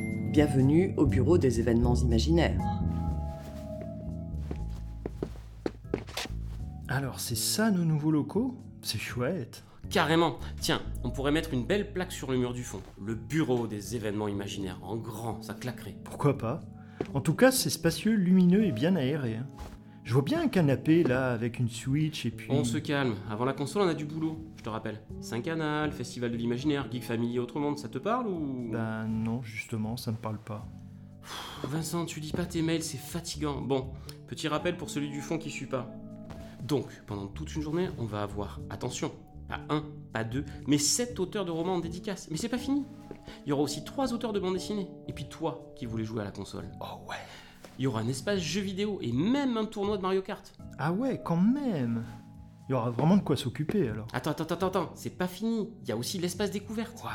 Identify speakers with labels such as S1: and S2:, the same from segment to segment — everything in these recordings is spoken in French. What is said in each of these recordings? S1: bienvenue au bureau des événements imaginaires.
S2: Alors, c'est ça nos nouveaux locaux C'est chouette.
S3: Carrément. Tiens, on pourrait mettre une belle plaque sur le mur du fond. Le bureau des événements imaginaires, en grand, ça claquerait.
S2: Pourquoi pas En tout cas, c'est spacieux, lumineux et bien aéré. hein. Je vois bien un canapé là avec une Switch et puis.
S3: On se calme, avant la console on a du boulot, je te rappelle. Saint Canal, Festival de l'Imaginaire, Geek Family et Autre Monde, ça te parle ou...
S2: Ben non, justement, ça me parle pas.
S3: Vincent, tu lis pas tes mails, c'est fatigant. Bon, petit rappel pour celui du fond qui suit pas. Donc, pendant toute une journée, on va avoir, attention, pas un, pas deux, mais sept auteurs de romans en dédicace. Mais c'est pas fini. Il y aura aussi trois auteurs de bande dessinée, et puis toi qui voulais jouer à la console.
S2: Oh ouais
S3: Il y aura un espace jeux vidéo et même un tournoi de Mario Kart.
S2: Ah ouais, quand même Il y aura vraiment de quoi s'occuper alors.
S3: Attends, attends, attends, attends, c'est pas fini. Il y a aussi l'espace découverte.
S2: Waouh,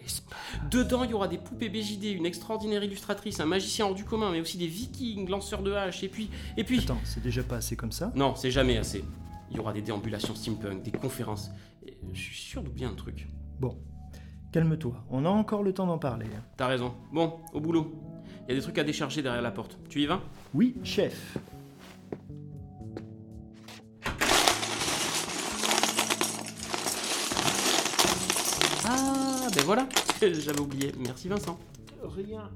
S2: l'espace
S3: Dedans, il y aura des poupées BJD, une extraordinaire illustratrice, un magicien hors du commun, mais aussi des vikings, lanceurs de haches, et puis... Et puis...
S2: Attends, c'est déjà pas assez comme ça
S3: Non, c'est jamais assez. Il y aura des déambulations steampunk, des conférences. Et Je suis sûr d'oublier un truc.
S2: Bon, calme-toi, on a encore le temps d'en parler. hein.
S3: T'as raison. Bon, au boulot. Il y a des trucs à décharger derrière la porte. Tu y vas
S2: Oui, chef
S3: Ah, ben voilà. J'avais oublié. Merci Vincent.
S2: Rien.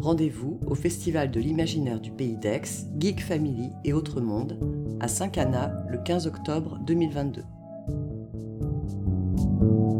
S1: Rendez-vous au Festival de l'imaginaire du Pays d'Aix, Geek Family et Autre Monde, à Saint-Cana le 15 octobre 2022.